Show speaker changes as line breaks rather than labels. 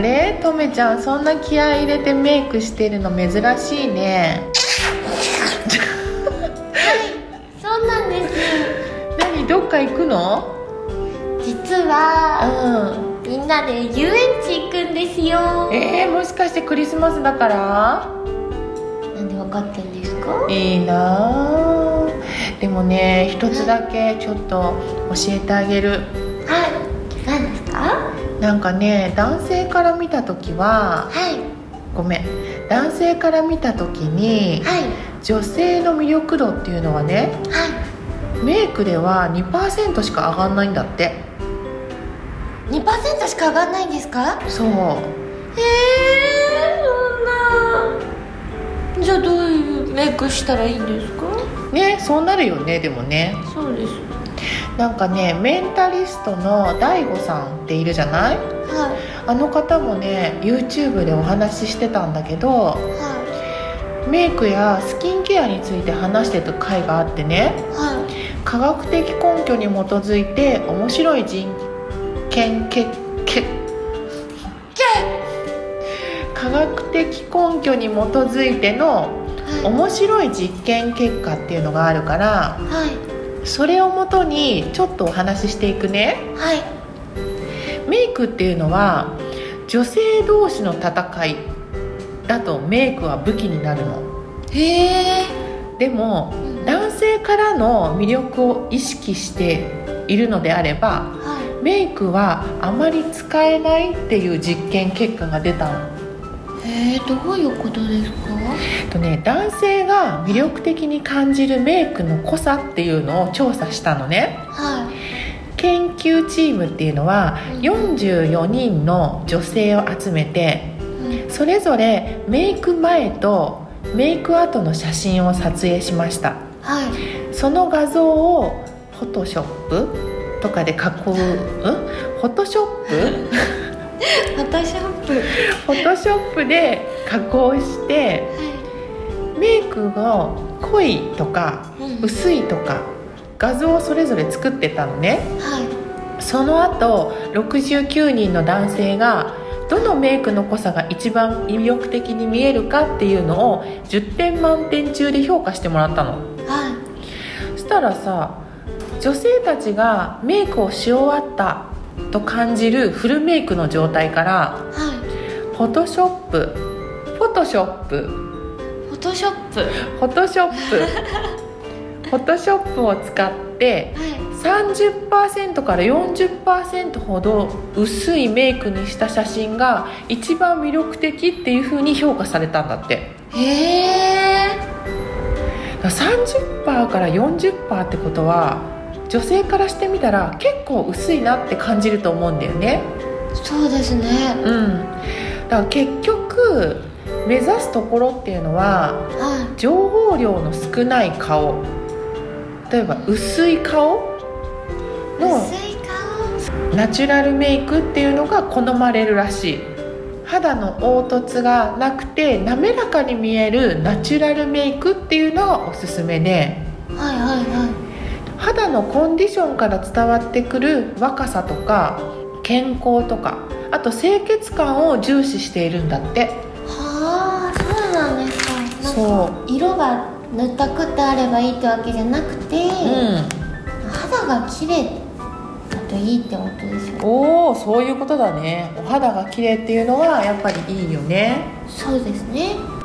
れとめちゃんそんな気合い入れてメイクしてるの珍しいね
そうなんです
何どっか行くの
実
う
は
ん
みんなで遊園地行くんですよ
えー、もしかしてクリスマスだから
なんでわかったんですか
いいなあでもね一つだけちょっと教えてあげる
はい何ですか
なんかね男性から見た時は
はい
ごめん男性から見た時に
はい
女性の魅力度っていうのはね
は
メイクでは2%しか上がんないんだって
い2%しか上がんないんですか
そう
えー、そんなじゃあどういうメイクしたらいいんですか
ねそうなるよねでもね
そうです
なんかねメンタリストの DAIGO さんっているじゃない
は
あの方もね YouTube でお話ししてたんだけど
いは
メイクやスキンケアについて話してた回があってね
いはい
科学的根拠に基づいて面白い人権けけ科学的根拠に基づいての
は
面白い実験結果っていうのがあるから
いはい
それをもとにちょっとお話ししていくね
はい
メイクっていうのは女性同士の戦いだとメイクは武器になるの
へえ
でも男性からの魅力を意識しているのであれば
は
メイクはあまり使えないっていう実験結果が出たの、
いへえどういうことですか
えっとね、男性が魅力的に感じるメイクの濃さっていうのを調査したのね
はい
研究チームっていうのは44人の女性を集めて
うん
それぞれメイク前とメイク後の写真を撮影しました
はい
その画像をフォトショップとかで加工んフォトショップ
私アップは
フォトショップで加工してメイクが濃いとか
いうん
薄いとか画像をそれぞれ作ってたのね
はい
その後69人の男性がどのメイクの濃さが一番魅力的に見えるかっていうのを10点満点中で評価してもらったの
はい
そしたらさ女性たちがメイクをし終わったと感じるフルメイクの状態から
はい
フォトショップフォトショップ
フォトショップは
フォトショップフォトショップを使って
い
30%から40%ほど薄いメイクにした写真が一番魅力的っていう風に評価されたんだって
へえ
だから30%から40%ってことは女性からしてみたら結構薄いなって感じると思うんだよね
そうですね
うんだから結局目指すところっていうのは
は
情報量の少ない顔例えば薄い顔
い
の
薄い顔
ナチュラルメイクっていうのが好まれるらしい肌の凹凸がなくて滑らかに見えるナチュラルメイクっていうのがおすすめで
はいはいはい
肌のコンディションから伝わってくる若さとか健康とかあと清潔感を重視しているんだって
はあそうなんですかなんか
そ
色が塗ったくってあればいいってわけじゃなくて、
ううん
肌が綺麗だといいってことですよね
おおそういうことだねお肌が綺麗っていうのはやっぱりいいよね
そうですね